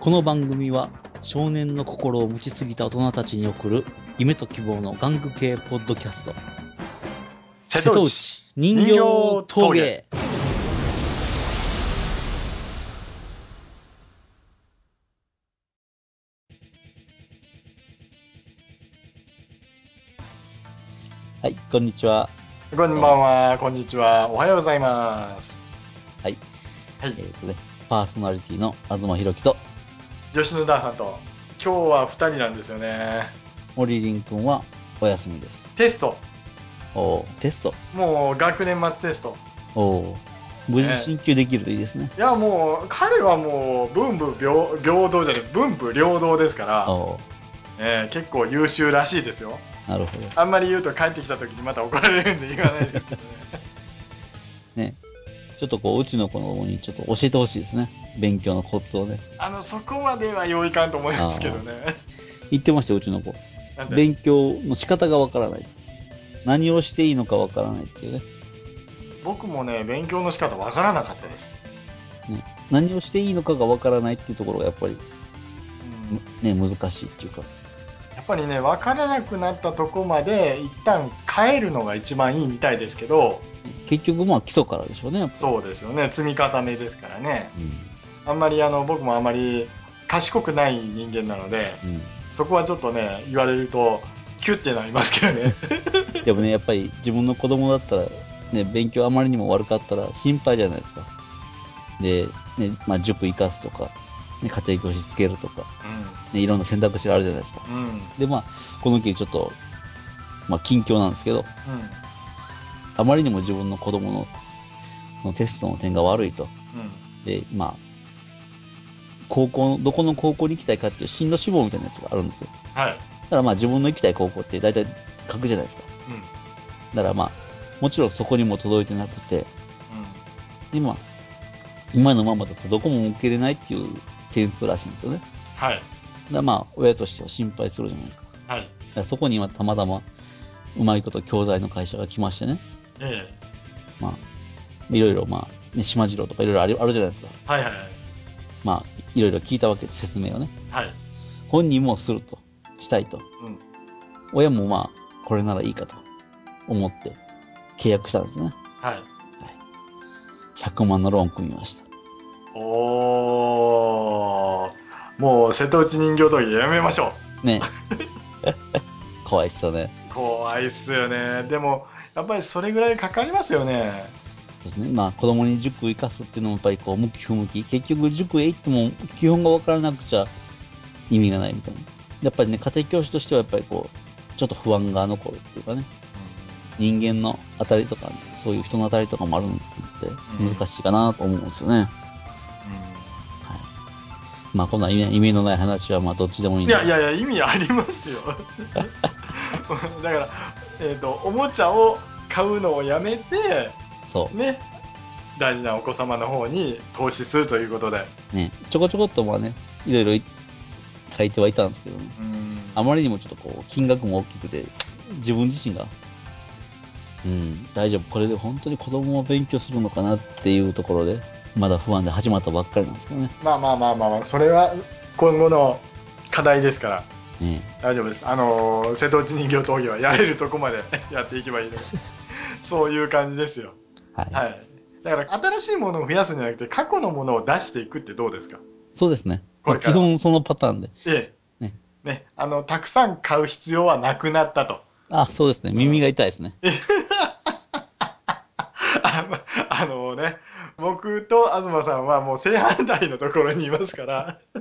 この番組は少年の心を持ちすぎた大人たちに送る夢と希望の玩具系ポッドキャスト瀬戸内。人形陶芸はいこんにちは、こんばんは、こんにちは。おはようございます。はい。はえい。ーとね、パーソナリティの東博樹と吉野ダーさんと、今日は2人なんですよね。森凛くんはお休みですテスト。おーテストもう学年末テスト。おー無事進級できるといいですねいや、もう、彼はもう、文武両平等じゃない、文武両道ですかおーら、えー結構優秀らしいですよ。なるほどあんまり言うと帰ってきた時にまた怒られるんで言わない ですけどね。ちょっとこう、うちの子の方にちょっと教えてほしいですね。勉強のコツをね。あの、そこまでは用意かんと思いますけどね。言ってましたよ、うちの子。なんで、勉強の仕方がわからない。何をしていいのかわからないっていうね。僕もね、勉強の仕方わからなかったです。何をしていいのかがわからないっていうところがやっぱりうんね、難しいっていうか。やっぱりね分からなくなったとこまで一旦帰るのが一番いいみたいですけど結局まあ基礎からでしょうね、やっぱそうですよね積み重ねですからねり。あんまりあの僕もあんまり賢くない人間なのでうん。うん。そこはちょっとね言われるとキュッてなりますけどねでもね、やっぱり自分の子供だったら、ね、勉強あまりにも悪かったら心配じゃないですか。で、ね、まあ塾行かすとか、ね、家庭教師つけるとか、ね、いろんな選択肢があるじゃないですか。うんうんで、まあ、この時ちょっと、まあ、近況なんですけど、うんあまりにも自分の子供の、そのテストの点が悪いと。うんで、まあ、高校、どこの高校に行きたいかっていう進路志望みたいなやつがあるんですよ。はいだからまあ自分の行きたい高校って大体書くじゃないですか。うんうんだからまあ、もちろんそこにも届いてなくて、今、今のままだとどこも受けれないっていう点数らしいんですよね。はいだからまあ、親としては心配するじゃないですか。だはいからそこに今たまたま、うまいこと兄弟の会社が来ましてね。えまあ、いろいろ、まあ、ね、島次郎とかいろいろあるあるじゃないですか。えはいはいはいまあ、いろいろ聞いたわけです、説明をね。はい本人もすると、したいと。うん親もまあ、これならいいかと思って契約したんですね。はい100万のローン組みました。おーもう瀬戸内人形陶芸やめましょうねえ。かわいそうね。怖いっすよねでもやっぱりそれぐらいかかりますよねそうですね。まあ、子供に塾行かすっていうのもやっぱりこう、向き不向き。結局、塾へ行っても基本がわからなくちゃ意味がないみたいな。やっぱりね、家庭教師としてはやっぱりこう、ちょっと不安が残るっていうかね。人間の当たりとか、そういう人の当たりとかもあるので、うん難しいかなと思うんですよね。まあ、こんな意味意味のない話は、まあ、どっちでもいいいんでやいやいや意味ありますよ だから、えー、とおもちゃを買うのをやめてそね大事なお子様の方に投資するということでう。ね。ちょこちょこっと、まあね、いろいろい書いてはいたんですけどね。あまりにもちょっとこう、金額も大きくて、自分自身が、うん、大丈夫。これで本当に子供を勉強するのかなっていうところで、まだ不安で始まったばっかりなんですけどね。まあまあまあまあ、まあ、それは今後の課題ですからね大丈夫ですあのー瀬戸内人形陶芸はやれるとこまでやっていけばいいのでそういう感じですよはい。はい。だから新しいものを増やすんじゃなくて過去のものを出していくってどうですかそうですね。これ基から本そのパターンで。ええ。ねあの、たくさん買う必要はなくなったと。 あ、そうですね。耳が痛いですね。あまあのね、僕と東さんはもう正反対のところにいますから。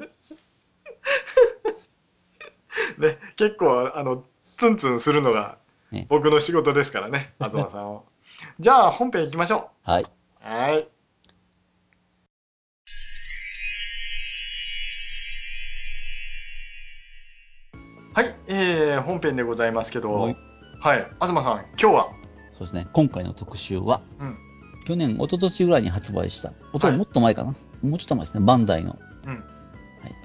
ね、結構、あの、ツンツンするのがね僕の仕事ですからね、東さんを。じゃあ本編行きましょはい。う。はい。はい、えー、本編でございますけど、はいはい、東さん、今日はそうですね。今回の特集は、うん去年、一昨年ぐらいに発売した、おとはいもっと前かな、もうちょっと前ですね。バンダイの、うんはい、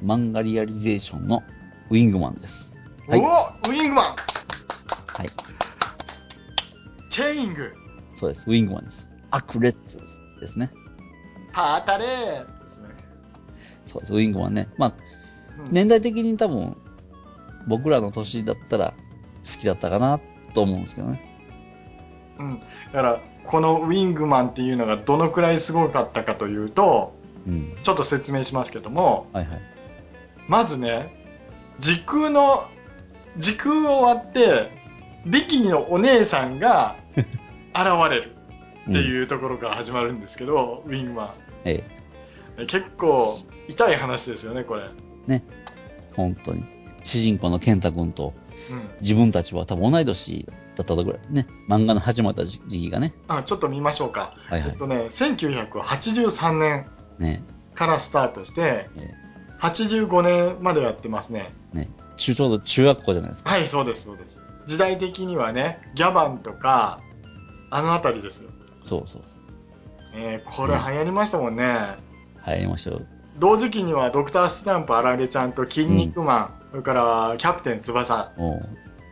マンガリアリゼーションのウィングマンです。はいおおウィングマンはい。チェイングそうです。ウィングマンです。アクレッツですね。パータレーですねそうそう、ウィングマンね。まあ、うん年代的に多分、僕らの年だったら好きだったかなと思うんですけどね。うん、だからこのウィングマンっていうのがどのくらいすごかったかというとうん。ちょっと説明しますけどもはいはい。まずね時空の時空を割ってビキニのお姉さ んが現れるうってん。いうところから始まるんですけど、ウィングマえン結構痛い話ですよねこれ、え、本当に。主人公の健太君とうん、自分たちは多分同い年だったぐらいね。漫画の始まった時時期がね。あちょっと見ましょうか、はいはえっい。とね1983年ねからスタートしてええ85年までやってますね中、ちょうど中学校じゃないですか。はいそうですそうです時代的にはねギャバンとかあの辺りですよ、そうそう。えーこれ流行りましたもんね、入りましたよ。同時期にはドクタースタンプあられちゃんと「筋肉マン」それから「キャプテン翼おう」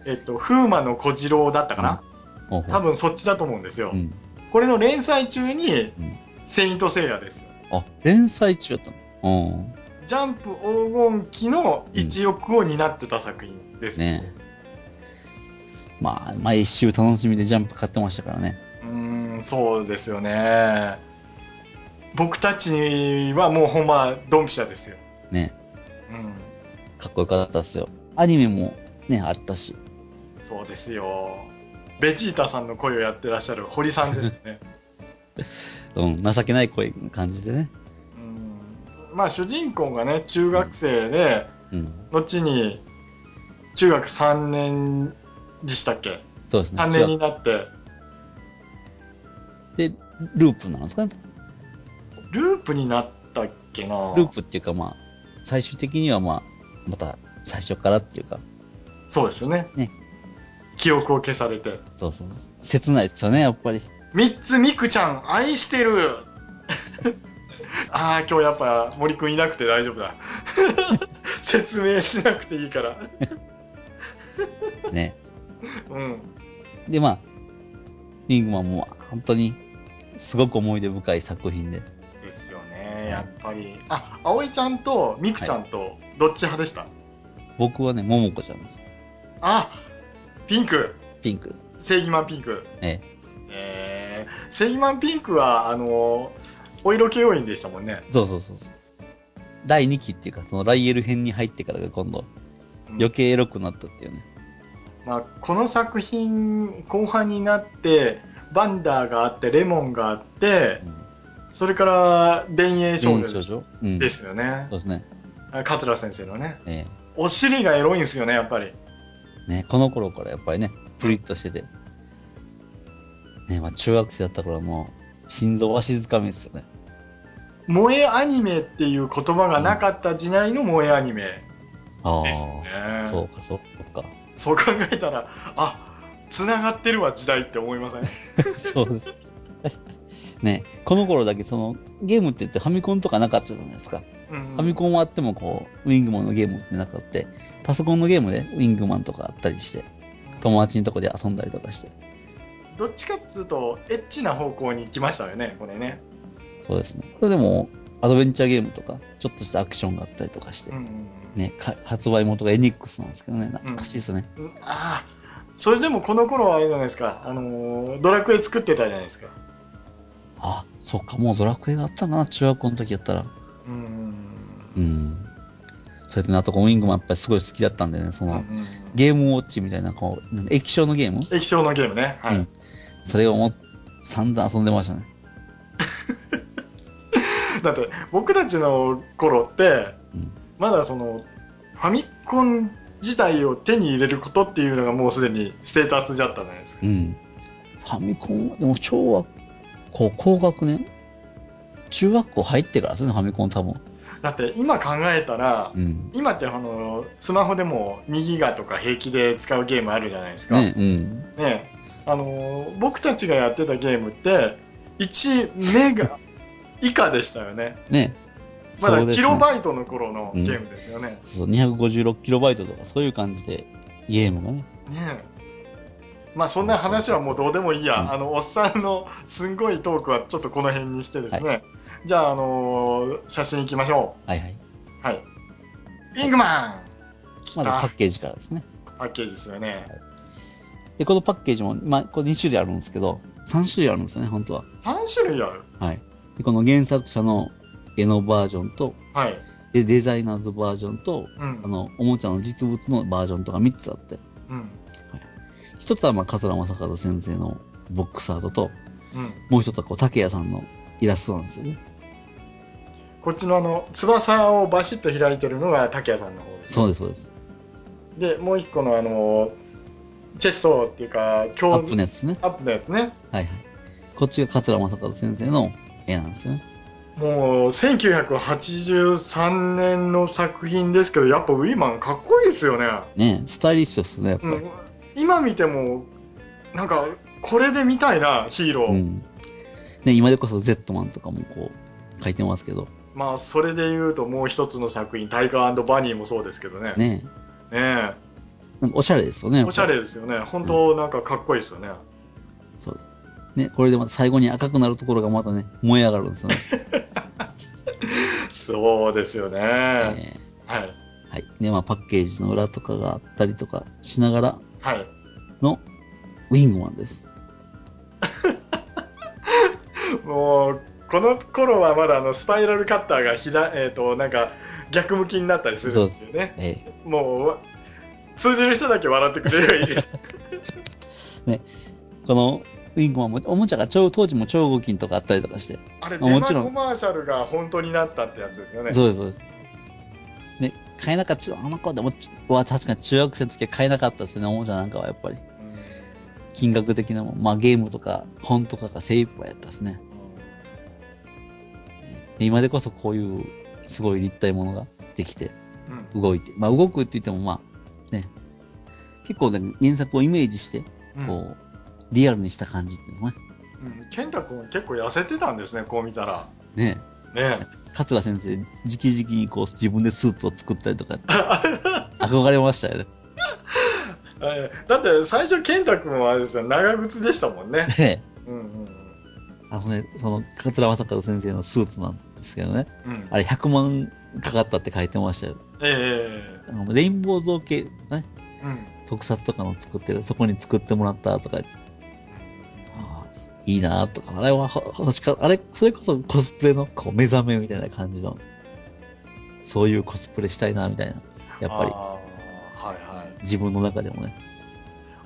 えっと「風魔の小次郎」だったかな、おう多分そっちだと思うんですよ、うん。これの連載中にうん「セイント・セイヤ」ですよあ、連載中やったのうん。ジャンプ黄金期の一翼を担ってた作品です、ねまあ、毎週楽しみでジャンプ買ってましたからね。うーんそうですよね僕たちはもうほんまドンピシャですよ、ねうん、かっこよかったっすよ。アニメもね、あったし。そうですよベジータさんの声をやってらっしゃる堀さんですね、うん、情けない声の感じでね。うん、まあ主人公がね中学生で、うん。後に中学3年でしたっけそうですね。 3年になってで、ループなんですかね。ループになったっけなループっていうかまあ、最終的にはまあ、また最初からっていうか、そうですよねね記憶を消されてそうそう。切ないっすよね、やっぱり。三つみくちゃん愛してる ああ今日やっぱ森くんいなくて大丈夫だ 説明しなくていいからね。うんで、まあ、ウィングマンも本当に、すごく思い出深い作品で。ですよねやっぱりあ葵ちゃんとみくちゃんとどっち派でした、僕はね、ももこちゃんです。あピンクピンク。正義マンピンクええー、正義マンピンクはあのお色気要員でしたもんねそうそうそうそう。第2期っていうか、そのライエル編に入ってからが今度、うん余計エロくなったっていうね。まあ、この作品後半になってバンダーがあってレモンがあってうんそれから田園少女少です女うん。でそすよねうですね。桂先生のねえお尻がエロいんですよねやっぱりえね、この頃からやっぱりね、プリッとしてて。ね、まあ中学生だった頃はもう、心臓は静かみですよね。萌えアニメっていう言葉がなかった時代の萌えアニメあですね、あ。そうか、そうか。そう考えたらあつながってるわ時代って思いませんそうです。 ね、この頃だけその、ゲームって言ってファミコンとかなかったじゃないですか。うんファミコンはあってもこう、ウィングマンのゲームってなかった。パソコンのゲームでウィングマンとかあったりして、友達のとこで遊んだりとかして。どっちかっつうとエッチな方向に行きましたよねこれね、そうですね。これでも、アドベンチャーゲームとか、ちょっとしたアクションがあったりとかしてうんう。んうんね、か発売元がエニックスなんですけどね、懐かしいですね。うんああそれでもこの頃はあれじゃないですか、あのードラクエ作ってたじゃないですかあ、そっか、もうドラクエがあったのかな、中学校の時やったら。うんううんん。それとね、あとこうウィングマンやっぱりすごい好きだったんでね、そうんうの、んゲームウォッチみたいな、こう、なんか液晶のゲーム液晶のゲームね、はいうんそれをもう散々遊んでましたね。だって僕たちの頃って、うんまだそのファミコン自体を手に入れることっていうのがもうすでにステータスじゃったじゃないですかうん。ファミコンは、でも小学校、高学年中学校入ってからですね、ファミコン多分。だって今考えたら、うん。今ってあのスマホでも2ギガとか平気で使うゲームあるじゃないですか、ね、うん。ねあのー僕たちがやってたゲームって1メ ガ以下でしたよねね。まそうだですキねロバイトの頃のゲームですよね,、そう、256キロバイトとかそういう感じでゲームがね。ねまあそんな話はもうどうでもいいや、うんあのおっさんのすんごいトークはちょっとこの辺にしてですね、じゃあ、あのー写真いきましょうはいはい。はい。イングマン来まずたパッケージからですね。パッケージですよね。で、このパッケージも、まあ、これ2種類あるんですけど、3種類あるんですよね、本当は。 3種類ある。はい。で、この原作者の絵のバージョンと、はい。で、デザイナーズバージョンと、うんあ。の、おもちゃの実物のバージョンとか3つあって、うん。一つは、まあ、桂正和先生のボックスアートと、うん。もう一つは、こう、竹谷さんのイラストなんですよね。こっちのあの、翼をバシッと開いてるのが竹谷さんの方です、そうです、そうです。で、もう一個のあの、チェストっていうか、ア強ップのやつですね。アップのやつね。はいはい。こっちが桂正和先生の絵なんですよね。もう、1983年の作品ですけど、やっぱウィーマンかっこいいですよね。ねえスタイリッシュですね、やっぱうり。ん。今見ても、なんか、これで見たいな、ヒーロー。うん。ね、今でこそ Z マンとかもこう、書いてますけど、まあ、それで言うともう一つの作品、タイガーバニーもそうですけどね。ねねえなんかおしゃれですよね。おしゃれですよね。本当なんかかっこいいですよね。ね、これでまた最後に赤くなるところがまたね、燃え上がるんですよね。そうですよね。え はい。ーはい。で、まあパッケージの裏とかがあったりとかしながらはい。のウィングマンです。もう、この頃はまだあの、スパイラルカッターがひだ、えっ、と、なんか、逆向きになったりするんですよね。えもう、通じる人だけ笑ってくれればいいです。ーこのウィングマンも、おもちゃが超、当時も超合金とかあったりとかして。あれ、もデマちろんコマーシャルが本当になったってやつですよね。そうです、そうです。ね、買えなかった、あの子でも、は確かに中学生の時は買えなかったですよね、おもちゃなんかはやっぱり。うん金額的なもん、まあゲームとか本とかが精一杯やったですね。で今でこそこういうすごい立体ものができて、うん動いて、まあ動くって言ってもまあ、ね、結構ね、原作をイメージして、うんこう、リアルにした感じっていうのね。うん、健太君結構痩せてたんですね、こう見たら。ねね桂先生、直々にこう自分でスーツを作ったりとか、憧れましたよね。。えーだって最初健太君はあれですよ長靴でしたもんねで、うんうんあのね、その、桂正和先生のスーツなんですけどね、うんうん。あれ100万かかったって書いてましたよ。えあのレインボー造形ですね。えうん。特撮とかの作ってる、そこに作ってもらったとか言って、ああ、いいなとか、あれはほ欲しかあれ、それこそコスプレのこう目覚めみたいな感じの、そういうコスプレしたいなみたいな、やっぱりあーはいはい。自分の中でもね、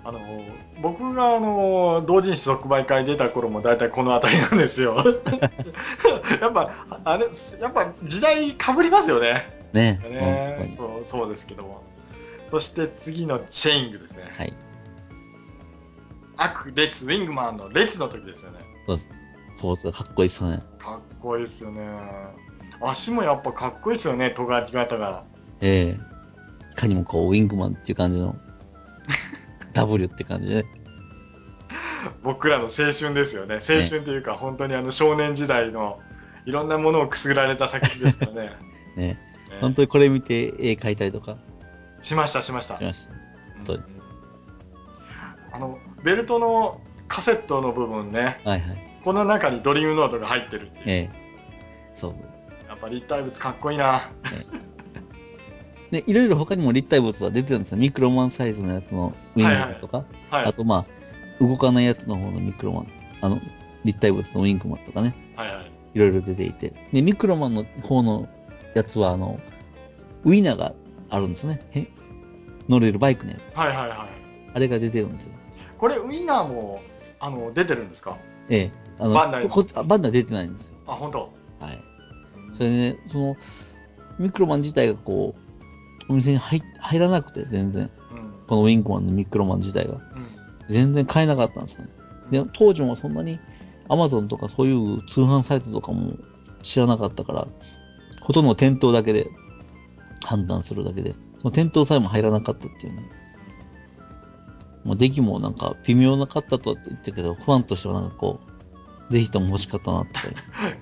あのー僕があのー同人誌即売会出た頃も大体この辺りなんで すよ。やっぱあれやっぱ時代被りますよね。ね、本ね当に。そうそうですけども。そして次のチェイングですね。はい。悪列ウィングマンの列の時ですよね。ポーズかっこいいっすね。かっこいいですよね足もやっぱかっこいいですよね尖り方がええいかにもこう、ウィングマンっていう感じ の、W って感じでね。僕らの青春ですよね青春というか本当にあの少年時代のいろんなものをくすぐられた作品ですからね ねね本当にこれ見て絵描いたりとかしましたしましたしました。当にうんあのベルトのカセットの部分ねはいはい。この中にドリームノートが入ってるっていう、ええそう。やっぱ立体物かっこいいなで、いろいろ他にも立体物は出てるんですよ。ミクロマンサイズのやつのウィングマンとか、はいあとまあ、動かないやつの方のミクロマン、あの、立体物のウィングマンとかね、はいはいいろいろ出ていて。で、ミクロマンの方のやつは、あの、ウィナーがあるんですよね。へ乗れるバイクのやつ。はいはいはいあれが出てるんですよ。これウィナーもあの出てるんですかええ。あの、バンダイのここっちあバンダイ出てないんですよ。あ本当はい。うんそれでね、その、ミクロマン自体がこう、お店に入入らなくて、全然。うんこのウィングマンのミクロマン自体が。うん全然買えなかったんですよね。でうん当時もそんなに Amazon とかそういう通販サイトとかも知らなかったから、ほとんど店頭だけで判断するだけで、その店頭さえも入らなかったっていうね。もう出来もなんか微妙なかったとは言ってるけど、ファンとしてはなんかこう、ぜひとも欲しかったなって。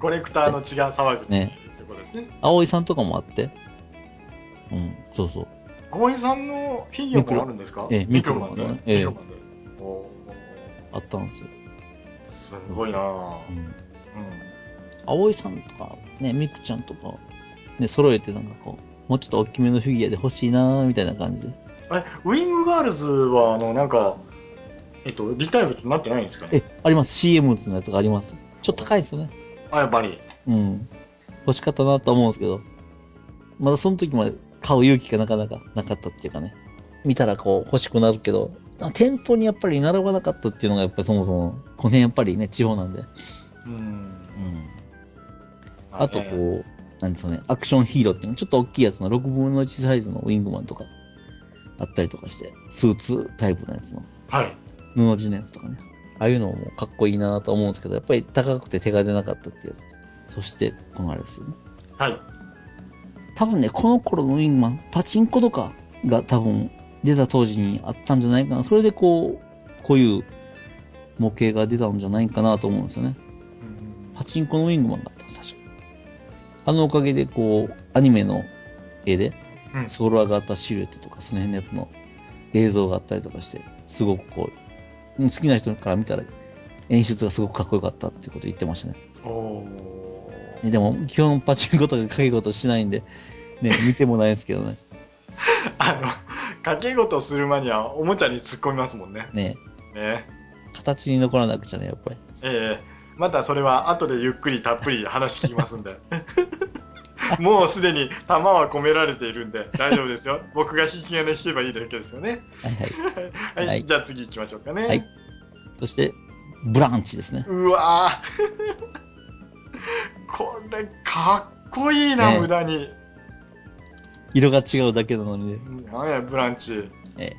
コレクターの血が騒ぐっていうねことですね。葵さんとかもあって、うん、そうそう。葵さんのフィギュアもあるんですかええミクロマンで。ええミクロマンで。おーあったんですよ。すごいなぁう。ん。うん葵さんとか、ね、みくちゃんとか、で、揃えてなんかこう、もうちょっと大きめのフィギュアで欲しいなーみたいな感じで。あれ、ウィングガールズは、あの、なんか、えっと、立体物になってないんですかねえ、あります。CM のやつがあります。ちょっと高いですよね。あ、やっぱり。うん。欲しかったなとは思うんですけど、まだその時まで買う勇気がなかなかなかったっていうかね。見たらこう欲しくなるけど、あ店頭にやっぱり並ばなかったっていうのがやっぱりそもそも、この辺やっぱりね、地方なんで。うん。うん。あとねこう、なんですかね、アクションヒーローっていうの、ちょっと大きいやつの6分の1サイズのウィングマンとか、あったりとかして、スーツタイプのやつの、はい。布地のやつとかね。ああいうのもかっこいいなと思うんですけど、やっぱり高くて手が出なかったっていうやつ。そして、このあれですよね。はい。多分ね、この頃のウィングマン、パチンコとかが多分出た当時にあったんじゃないかな。それでこう、こういう模型が出たんじゃないかなと思うんですよね。うんパチンコのウィングマンがあったんです確かあのおかげで、こう、アニメの絵でう、んソールアがあったシルエットとか、その辺のやつの映像があったりとかして、すごくこう、うん好きな人から見たら、演出がすごくかっこよかったっていうこと言ってましたね。おーねでも、基本パチンコとか掛け事しないんで、 ね、見てもないですけどね。あの、 掛け事をする前にはおもちゃに突っ込みますもんね。ねね。形に残らなくちゃね、やっぱり。ええまたそれは後でゆっくりたっぷり話聞きますん で。もうすでに弾は込められているんで大丈夫ですよ。僕が引き金引けばいいだけですよね。はいはい。はい、はいじゃあ次行きましょうかね。はいそして、ブランチですね。うわー これかっこいいな、ね無駄に。色が違うだけなのにね。なんや、ブランチ。え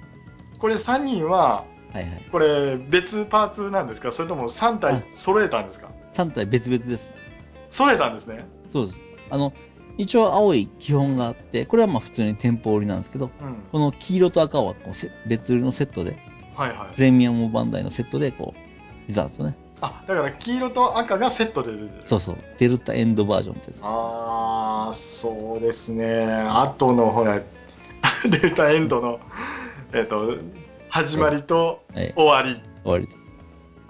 これ3人は、えはいはい。これ別パーツなんですかそれとも3は体い揃えたんですか3体別々です。揃えたんですね。そうです。あの、一応青い基本があって、これはまあ普通に店舗売りなんですけど、うん。この黄色と赤はこうせ別売りのセットで、はいはいプ。レミアムバンダイのセットでこう、出たんですよね。あ、だから黄色と赤がセットで出てる。そうそう。デルタエンドバージョンってやつ。あー、そうですね。あとの、ほら、 データエンドの、えっ、と、始まりとええ終わり。終わりで。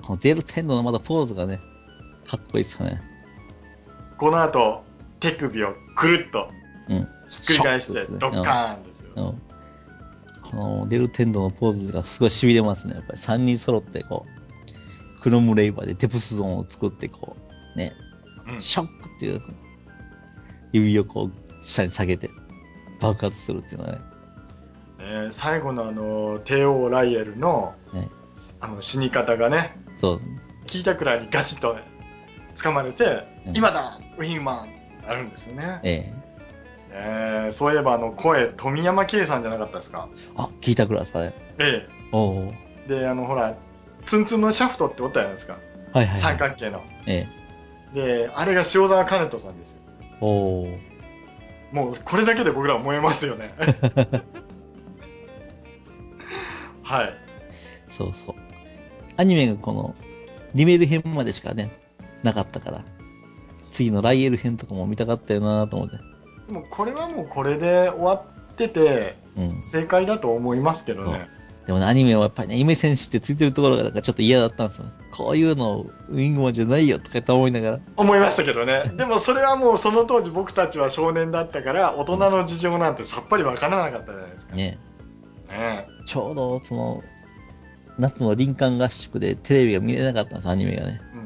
このデルタエンドのまだポーズがね、かっこいいっすかね。この後、手首をくるっとうん。ひっくり返しシて、ョックですねドッカーンですよ。うん。このデルタエンドのポーズがすごい痺れますね。やっぱり3人揃ってこう、クロムレイバーでテプスゾーンを作ってこう、ね、うんショックっていうやつ。指をこう、下に下げて、爆発するっていうのはね。ね最後のあの、帝王ライエルの、ねあの、死に方がね、そう。聞いたくらいにガシッと掴まれて、うん今だウィンマンってなるんですよね。えええーそういえばあの、声、富山圭さんじゃなかったですかあ、聞いたくらさい。えおおー。えで、あの、ほら、ツンツンのシャフトっておったじゃないですか。はいはい、はい。三角形の。えで、あれが塩沢兼人さんですよ。えおお。もうこれだけで僕らは燃えますよね。はい。そうそう。アニメがこの、リメル編までしかね、なかったから、次のライエル編とかも見たかったよなと思って。でもこれはもうこれで終わってて、うん。正解だと思いますけどね。でもね、アニメはやっぱりね、夢戦士ってついてるところがなんかちょっと嫌だったんですよ。こういうの、ウィングマンじゃないよとか言って思いながら。思いましたけどね。でもそれはもうその当時僕たちは少年だったから、大人の事情なんてさっぱりわからなかったじゃないですか。ねねちょうど、その、夏の林間合宿でテレビが見れなかったんです、アニメがね。うん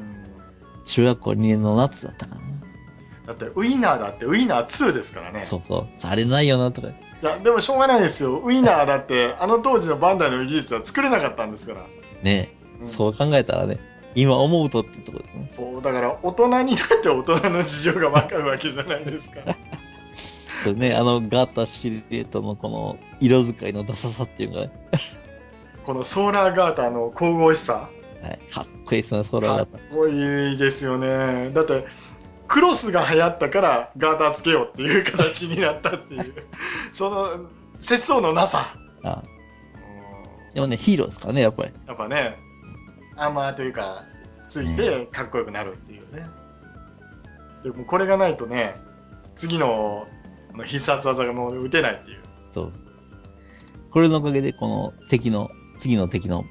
中学校2年の夏だったかな。だってウインナーだってウインナー2ですからね。そうそう。されないよな、とか。いや、でもしょうがないですよ。ウインナーだってあの当時のバンダイの技術は作れなかったんですから。ね、うんそう考えたらね、今思うとってとこですね。そう、だから大人になって大人の事情がわかるわけじゃないです か。そうね、あのガータシルエットのこの色使いのダサさっていうかね。このソーラーガーターの神々しさ。はい。かっこいいですね、それかはっ。こいいですよね。だって、クロスが流行ったからガーターつけようっていう形になったって いう。その、節操のなさ。あうんでもね、ヒーローですからね、やっぱり。やっぱね、アーマーというか、ついてかっこよくなるっていうね。でもこれがないとね、次のあの必殺技がもう打てないっていう。そう。これのおかげで、この敵の、次の敵の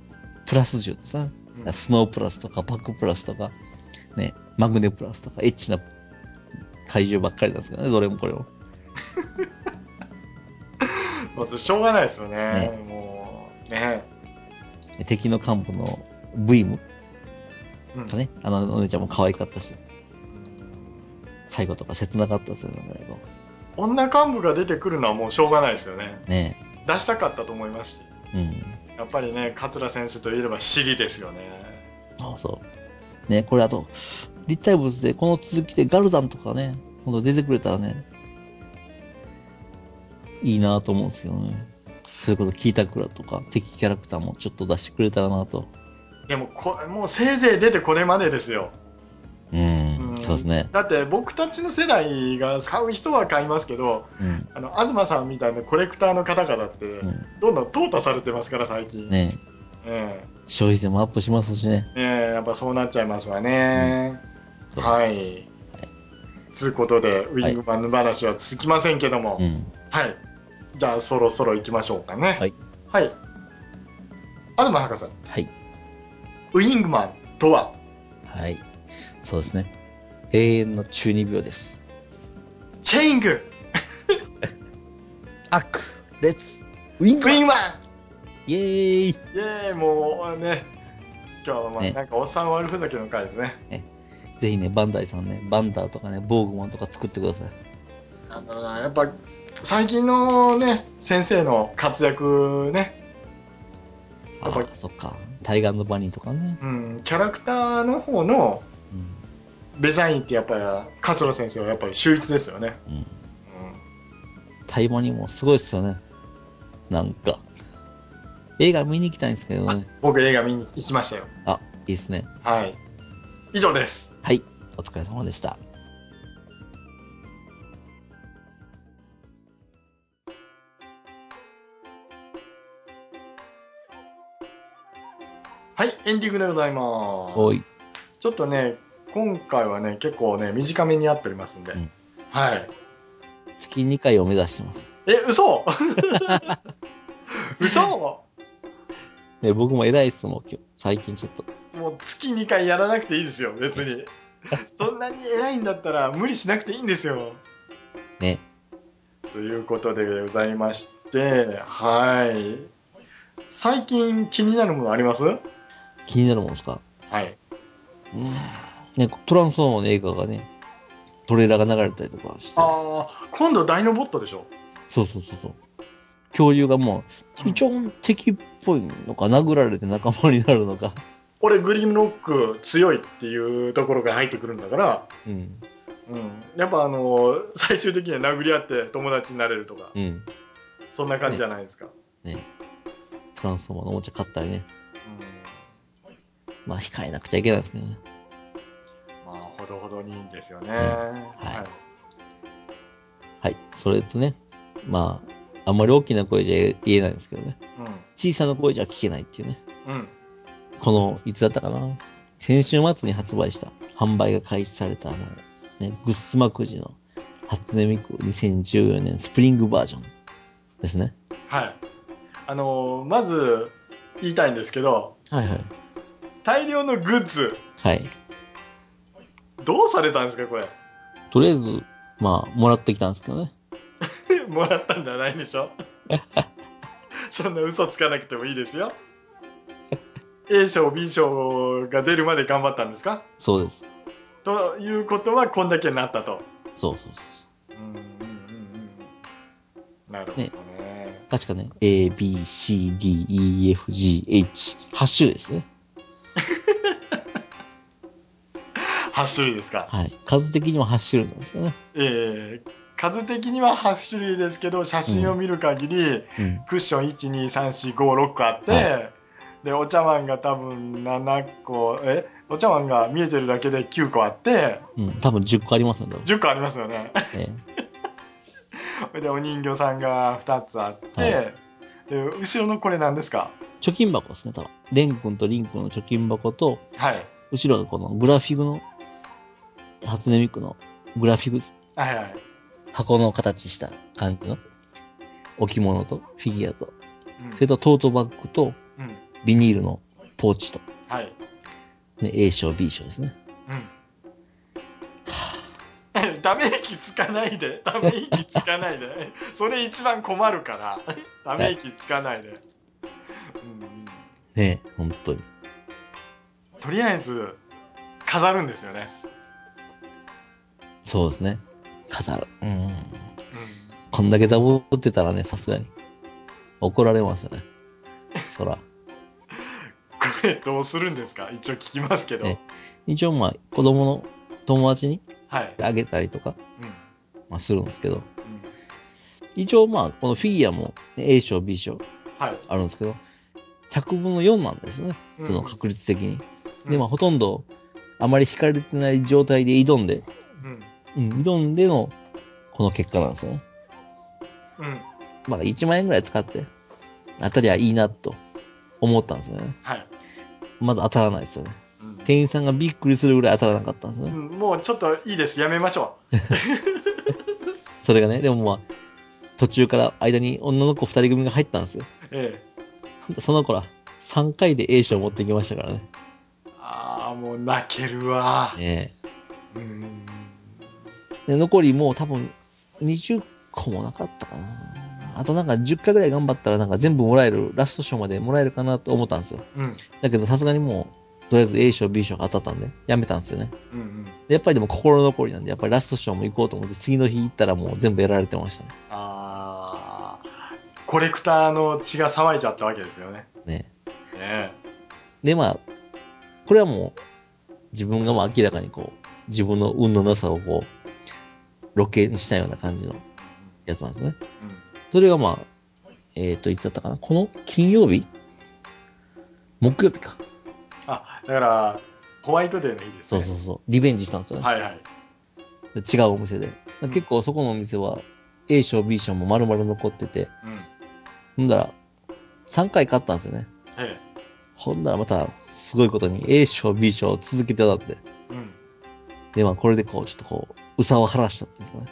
プラス銃ってさ、うんスノープラスとか、バックプラスとか、ね、マグネプラスとか、エッチな怪獣ばっかりなんですからね、どれもこれも。もうそれしょうがないですよね。ねもう、ね。で敵の幹部の V も、うんね、あのお姉ちゃんも可愛かったし、最後とか切なかったですよね、なんかこ女幹部が出てくるのはもうしょうがないですよね。うね出したかったと思いますし。え。うん。やっぱりね、桂選手といえば尻ですよね。そうそう。ね、これあと、立体物でこの続きでガルダンとかね、今度出てくれたらね、いいなと思うんですけどね。それこそキータクラとか敵キャラクターもちょっと出してくれたらなと。でもこれ、もうせいぜい出てこれまでですよ。うん、うんそうですね。だって僕たちの世代が買う人は買いますけど、うん。あの東さんみたいなコレクターの方々って、んどんどん淘汰されてますから最近、ねえ消費税もアップしますしね。えねえやっぱそうなっちゃいますわね、うんはいつうことでウィングマンの話は続きませんけども、うん。はいじゃあそろそろ行きましょうかねはい、はい、東博士はい。ウィングマンとははい。そうですね。永遠の中二病です。チェイング悪、烈、ウィンウグイィングマンイエーイイエーイもうね今日はまあねなんかおっさん悪ふざけの回ですねぜひね、バンダイさんね、バンダーとかね、ボーグマンとか作ってください。なんだろうな、やっぱ最近のね、先生の活躍ね、あやっぱあ、そっか。タイガーのバニーとかね。うん、キャラクターの方のうデザインってやっぱり、桂先生はやっぱり秀逸ですよね。ん。うん、タイバニーもすごいっすよね。なんか。映画見に行きたいんですけどね。僕映画見に行きましたよ。あ、いいっすね。はい。以上です。はい。お疲れ様でした。はい、エンディングでございまおす。い。ちょっとね、今回はね、結構ね、短めにやっておりますんで。うんはい。月2回を目指してます。え、嘘 嘘ね、僕も偉いっすもん、今日。最近ちょっと。もう月2回やらなくていいですよ、別に。そんなに偉いんだったら無理しなくていいんですよ。ね。ということでございまして、はい。最近気になるものありますは気になるもんですかい。うん。ね、トランスフォーマーの映画がね、トレーラーが流れたりとかして。ああ、今度ダイノボットでしょそうそうそうそう。恐竜がもうんう、一応敵っぽいのか、殴られて仲間になるのか。俺グリムロック強いっていうところが入ってくるんだから、うん。うん。やっぱあの、最終的には殴り合って友達になれるとか、うん。そんな感じじゃないですか。トランスフォーマーのおもちゃ買ったりね。うん。まあ、控えなくちゃいけないですけどね。まあ、ほどほどにいいんですよね。はいはい。それとね、まあ、あんまり大きな声じゃ言えないんですけどね。小さな声じゃ聞けないっていうね。うん。うん。この、いつだったかな。先週末に発売した、販売が開始された、あの、ね、グッスマくじの初音ミク2014年スプリングバージョンですね。はい。あのーまず言いたいんですけど、はいはい。大量のグッズ、はい。どうされたんですか、これ。 とりあえず、まあ、もらってきたんですけどね。もらったんじゃないでし ょそんな嘘つかなくてもいいですよ。A 賞、B 賞が出るまで頑張ったんですかそうです。ということは、こんだけになったと。そうそうそうそうんうんうんうん。なるほどね。う。確かね、A, B, C, D, E, F, G, H。8種類ですね。 8種類ですか。はい。数的にも8種類なんですけどね。えー数的には8種類ですけど、写真を見る限り、うん。クッション1、2、3、4、5、6あって、はで、お茶碗が多分7個、え、お茶碗が見えてるだけで9個あって、うん。多分10個ありますね、多分。 10個ありますよね。 ええそれで、お人形さんが2つあって、はいで、後ろのこれ何ですか貯金箱ですね、多分。レン君とリン君の貯金箱と、はい。後ろがこのグラフィグの、初音ミクのグラフィグです、はいはい。箱の形した感じの置物とフィギュアと、うんそれとトートバッグとうんビニールのポーチと、はい。 ね、A 賞、B 賞ですね。うん。ため息つかないで。ため息つかないで。それ一番困るから。ため息つかないで。うんねえ、本当に。とりあえず、飾るんですよね。そうですね。飾る。うん。うんこんだけダボってたらね、さすがに。怒られますよね。そら。これどうするんですか一応聞きますけど。え一応まあ、子供の友達にはい。あげたりとか、うんまあするんですけど、うん一応まあ、このフィギュアもね A 賞、B 賞はい。あるんですけど、100分の4なんですよね。うそんの確率的に。うんで、まあ、ほとんど、あまり惹かれてない状態で挑んで、うん。うん、挑んでの、この結果なんですよね。うん。まあ、1万円ぐらい使って、当たりゃいいな、と思ったんですよね。はい。まず当たらないですよね。うん店員さんがびっくりするぐらい当たらなかったんですようね。んもうちょっといいです。やめましょそれがね、でもまあ、途中から間に女の子二人組が入ったんですよ。う。ええ。その子ら、3回で A 賞を持ってきましたからね。ああ、もう泣けるわ。ねうん。えで、残りもう多分、20個もなかったかな。あとなんか10回ぐらい頑張ったらなんか全部もらえる、ラスト賞までもらえるかなと思ったんですよ。うん。だけどさすがにもう、とりあえず A 賞、B 賞が当たったんで、やめたんですよね。うんうん。でやっぱりでも心残りなんで、やっぱりラスト賞も行こうと思って、次の日行ったらもう全部やられてましたね。ああ。コレクターの血が騒いじゃったわけですよね。ねえねで、まあ、これはもう、自分がまあ明らかにこう、自分の運のなさをこう、露見したような感じのえ。やつなんですね。うんそれがまあ、えっ、と、いつだったかなこの金曜日木曜日か。あ、だから、ホワイトデーの日ですそうね。そうそう。リベンジしたんですよね。はいはい。違うお店で。結構そこのお店は、A 賞、B 賞も丸々残ってて、うん。ほんだら、3回勝ったんですよね。えほんだらまた、すごいことに A 賞、B 賞を続けてたって。え。うん。で、まあこれでこう、ちょっとこう、うさを晴らしたっていうんです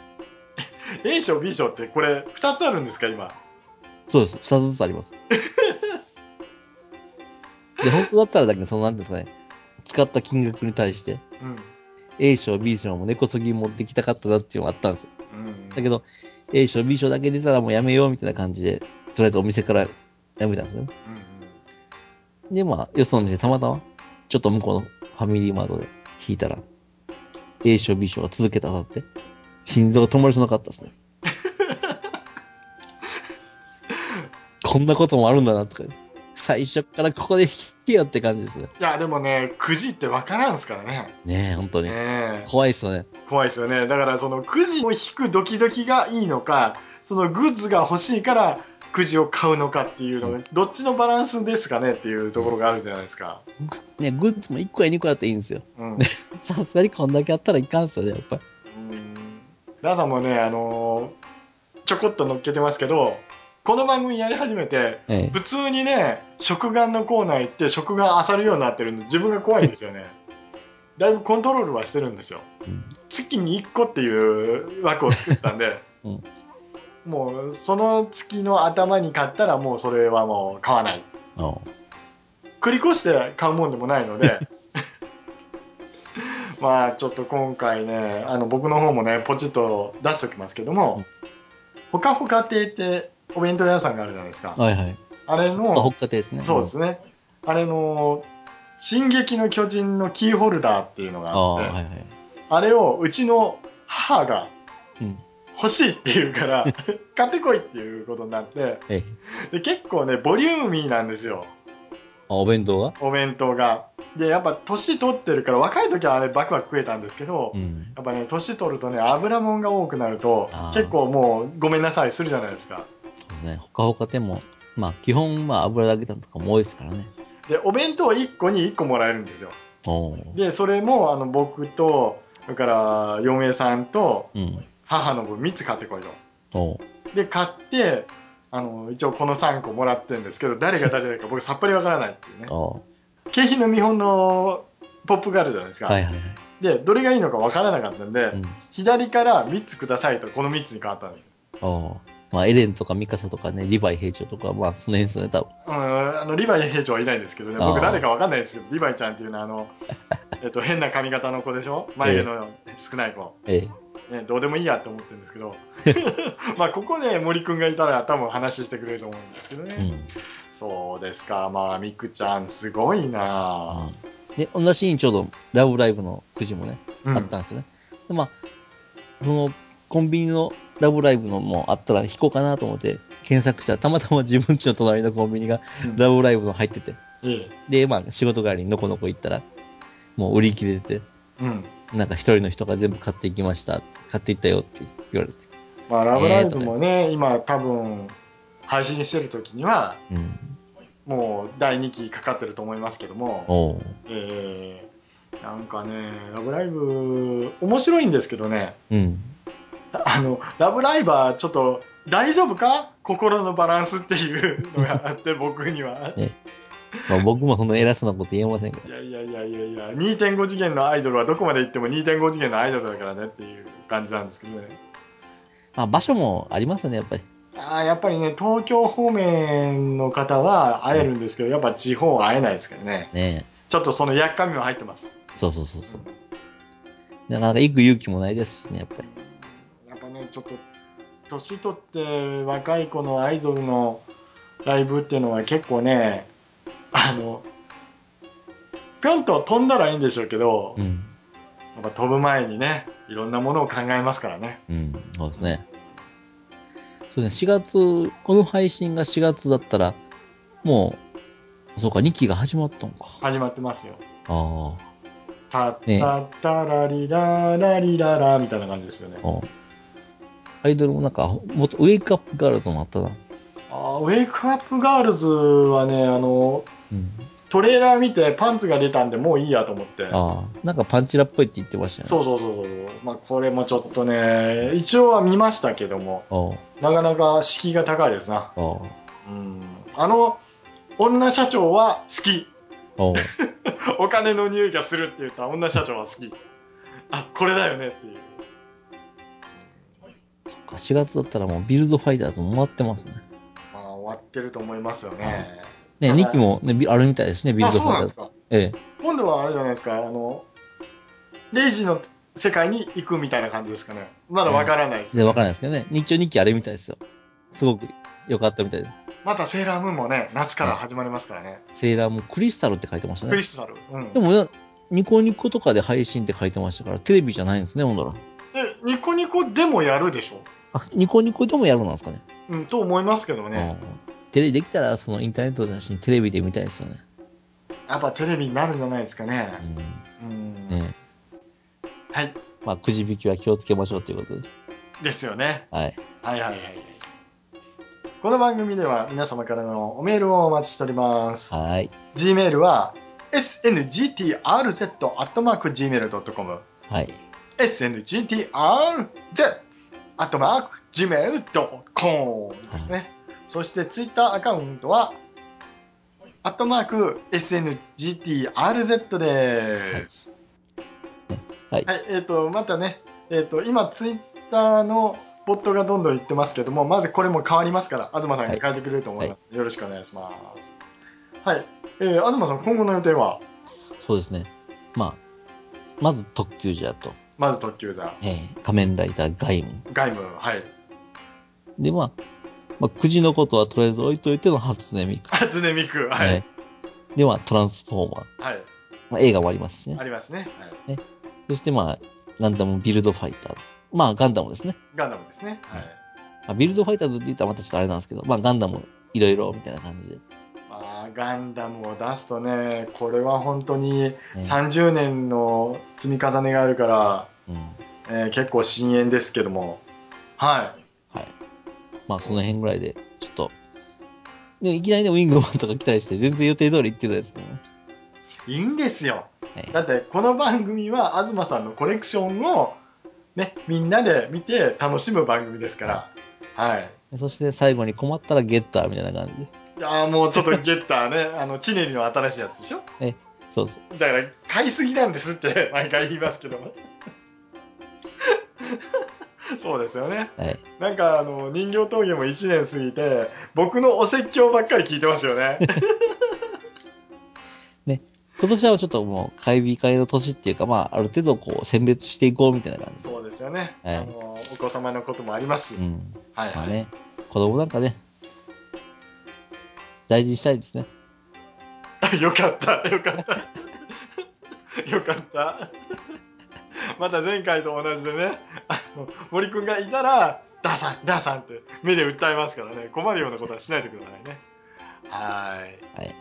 かね。 A 賞 B 賞ってこれ2つあるんですか今そうです。二つずつあります。で、本当だったらだけど、その、なんていうんですかね、使った金額に対して、うん A 賞、B 賞も根こそぎ持ってきたかったなっていうのがあったんですよ。うんだけど、A 賞、B 賞だけ出たらもうやめようみたいな感じで、とりあえずお店からやめたんですね。で、まあ、よその店たまたま、ちょっと向こうのファミリーマートで引いたら、A 賞、B 賞が続けたあたって、心臓が止まりそうなかったですね。 こんなこともあるんだな、とか。最初からここで引けよって感じですね。いやでもねくじって分からんすからねねえ、本当に。ねえ怖いっすよね。怖いですよねだからそのくじを引くドキドキがいいのかそのグッズが欲しいからくじを買うのかっていうのが、どっちのバランスですかねっていうところがあるじゃないですか、ね、グッズも1個や2個だっていいんですよ。うん、さすがにこんだけあったらいかんっすよね、やっぱり。うんダダもね、あのーちょこっと乗っけてますけど、この番組やり始めて、ええ普通にね、食玩のコーナー行って食玩漁るようになってるんで、自分が怖いんですよね。だいぶコントロールはしてるんですよ。うん月に1個っていう枠を作ったんで、 うんもうその月の頭に買ったらもうそれはもう買わない。ああ繰り越して買うもんでもないの でまあちょっと今回ねあの僕の方もねポチッと出しておきますけども、ほかほか亭ってお弁当屋さんがあるじゃないですか、はいはい。あれまあ、の北家庭ですね。そうですねあれの「進撃の巨人」のキーホルダーっていうのがあああ、っはていあ,、はい。れをうちの母がうん。欲しいって言うから 買ってこいっていうことになってええ。で結構ねボリューミーなんですよあ、お弁当がお弁当が。で、やっぱ年取ってるから、若い時はあれバクバク食えたんですけど、うん。やっぱね、年取るとね、油もんが多くなるとあ、ー結構もうごめんなさいするじゃないですか。そうですね。ほかほかでも、まあ、基本、まあ、油揚げたとかも多いですからね。で、お弁当1個に1個もらえるんですよ。おーで、それも、あの、僕と、それから、嫁さんと、うん。母の分3つ買ってこいと。おーで、買って、あの、一応この3個もらってるんですけど、誰が誰だか僕さっぱりわからないってい うね。お景品の見本のポップがあるじゃないですーか。はいはいはい。で、どれがいいのかわからなかったんで、うん。左から3つくださいとこの3つに変わったんですよおーまあ、エレンとかミカサとかね、リヴァイ兵長とか、まあ、その辺ですよね、多分。うんあのリヴァイ兵長はいないんですけどねあ僕ー誰かわかんないですけど リヴァイちゃんっていうのはあの、えっと、変な髪型の子でしょ眉毛の少ない子ええ。ね、どうでもいいやって思ってるんです けど まあここで森くんがいたら多分話してくれると思うんですけどね、うん。そうですかまあみくちゃんすごいなあ、で、同じ日にちょうど、ラブライブのくじもね、うんあったんですよね。で、まあ、その、コンビニのラブライブのもあったら引こうかなと思って、検索したら、たまたま自分家の隣のコンビニがうんラブライブの入ってて、いいで、まあ、仕事帰りにのこのこ行ったら、もう売り切れてうんて、なんか一人の人が全部買っていきました、買っていったよって言われて。まあ、ラブライブもね、今多分配信してる時にはうん。もう第2期かかってると思いますけども、おうえーなんかね「ラブライブ」面白いんですけどねうん。あの「ラブライバー」ちょっと大丈夫か心のバランスっていうのがあって僕には。まあ、僕もそんな偉そうなこと言えませんけど。いやいやいやいやいや2.5次元のアイドルはどこまで行っても2.5次元のアイドルだからねっていう感じなんですけどねまあ、場所もありますよね、やっぱり。あーやっぱりね東京方面の方は会えるんですけど、やっぱ地方は会えないですからねねちょっとそのやっかみも入ってます。え。そうそうそうそう。なかなか行く勇気もないですしね、やっぱり。やっぱね、ちょっと、年取って若い子のアイドルのライブっていうのは結構ね、あの、ぴょんと飛んだらいいんでしょうけど、やうん。っぱ飛ぶ前にね、いろんなものを考えますからね。うん。そうですね。そうですね、4月、この配信が4月だったら、もう、そうか、2期が始まったのか。始まってますよ。あたったねったらりららりららみたいな感じですよねあ。。おアイドルもなんか、もっとウェイクアップガールズもあったな。あーウェイクアップガールズはね、あの、うん。トレーラー見てパンツが出たんでもういいやと思って。ああ。なんかパンチラっぽいって言ってましたよね。そうそうそうそう。まあ、これもちょっとね、一応は見ましたけども、そう。なかなか敷居が高いですな。ああ。あうん。あの、女社長は好き。 あ。おうお金の匂いがするって言った女社長は好き。あ、これだよねっていう。そっか、4月だったらもうビルドファイターズも回ってますね。まあ、終わってると思いますよね。ね、はい2期も、ね、ビあるみたいですね、ビルあ、ドそフうァイなタんーズです。か。え今度はあれじゃないですか、あの、レイジの世界に行くみたいな感じですかね。まだわからないでえ。す。で、わからないですけどね。日中2期あれみたいですよ。すごく良かったみたいでまたセーラームーンもね、夏から始まりますからね。す。セーラーもクリスタルって書いてましたクねリ。スタル。うんで。もな、ニコニコとかで配信って書いてましたから、テレビじゃないんですね、ほんだら。え、ニコニコでもやるでしょあ、ニコニコでもやるなんですかね。うん、と思いますけどね。うん。テレビできたら、そのインターネットだし、テレビで見たいですよね。やっぱテレビになるんじゃないですかうね。ん。うん。ねはい。まあ、くじ引きは気をつけましょうということで。ですよね。はい。はいはいはいはい。この番組では皆様からのおメールをお待ちしております。はい。 Gmail は sngtrz.gmail.com はい。 sngtrz.gmail.com ですね。そしてツイッターアカウントは、アットマーク SNGTRZ です。はいはい、えっ、と、またね、えっ、と、今ツイッターのボットがどんどんいってますけども、まずこれも変わりますから、東さんが変えてくれると思います。よろしくお願いします。はい、えー、東さん、今後の予定は、そうですね。まあ、まず特急じゃと、まず特急座、えー仮面ライダーガイム。外務、はい、で、まあ、まあ、くじのことはとりあえず置いといての初音ミク。初音ミク、はいね。で、まあ、トランスフォーマー。はい、まあ、映画もありますしねあ。りますね。はい、そして、まあ、ガンダムビルドファイターズ。まあ、ガンダムですね。ガンダムですね。はい。まあ、ビルドファイターズって言ったらまたちょっとあれなんですけど、まあ、ガンダムいろいろみたいな感じで。まあ、ガンダムを出すとね、これは本当にうん30年の積み重ねがあるから、うん。えー結構深淵ですけども。はい。はい。まあ、その辺ぐらいで、ちょっと。でもいきなりね、ウィングマンとか来たりして、全然予定通り行ってたですけどね。いいんですよ。はいだって、この番組は東さんのコレクションを、ね、みんなで見て楽しむ番組ですから。はい。でそして、最後に困ったらゲッターみたいな感じで。いやーもうちょっとゲッターね、あの、チネリの新しいやつでしょそうそう。だから、買いすぎなんですって 毎回言いますけど。 そうですよね。はい。なんかあの人形峠も1年過 ぎて僕のお説教ばっかり聞いてますよね。今年はちょっともう、買い控えの年っていうか、まあ、ある程度こう、選別していこうみたいな感じ。そうですよね、はいあのお子様のこともありますし、うん。はいまあはい、ね、子供なんかね、大事にしたいですね。 よかった、よかった。よかった。また前回と同じでね、あの森くんがいたら、ダーさん、ダーさんって目で訴えますからね、困るようなことはしないでくださいね。はーはい。い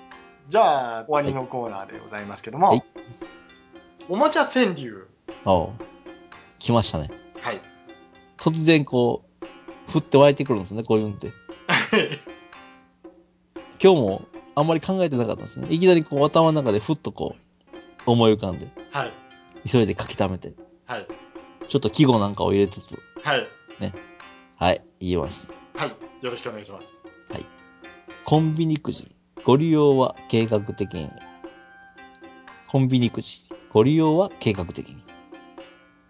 じゃあ、終わりのコーナーでございますけども、はいおもちゃ川柳。おう来ましたね。はい。 突然こう、降って湧いてくるんですね、こういうのって。今日もあんまり考えてなかったんですね。いきなりこう頭の中でふっとこう、思い浮かんで、はい。急いで書き溜めて、はい。ちょっと記号なんかを入れつつ、はい。はい、言えます。はい。よろしくお願いします。コンビニくじ、ご利用は計画的に。コンビニくじ、ご利用は計画的に。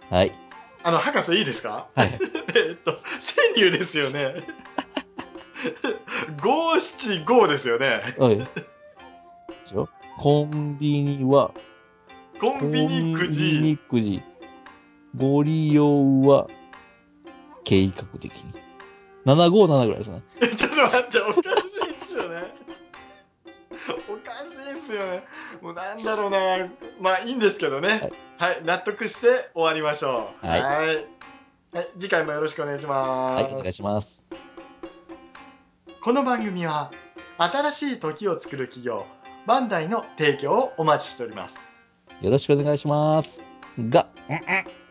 はい。あの、博士いいですか はいえっと、川柳ですよね。五七五ですよね。おい。ですよコンビニは、コンビニくコンビじ。ニくじご利用は、計画的に。757ぐらいですね。えちょっと待って、おかしいっすよね。おかしいっすよね。もうなんだろうな。まあいいんですけどね。はい、納得して終わりましょう。はいはいはい次回もよろしくお願いします。はい、お願いします。この番組は新しい時を作る企業バンダイの提供をお待ちしております。よろしくお願いします。が、うんうん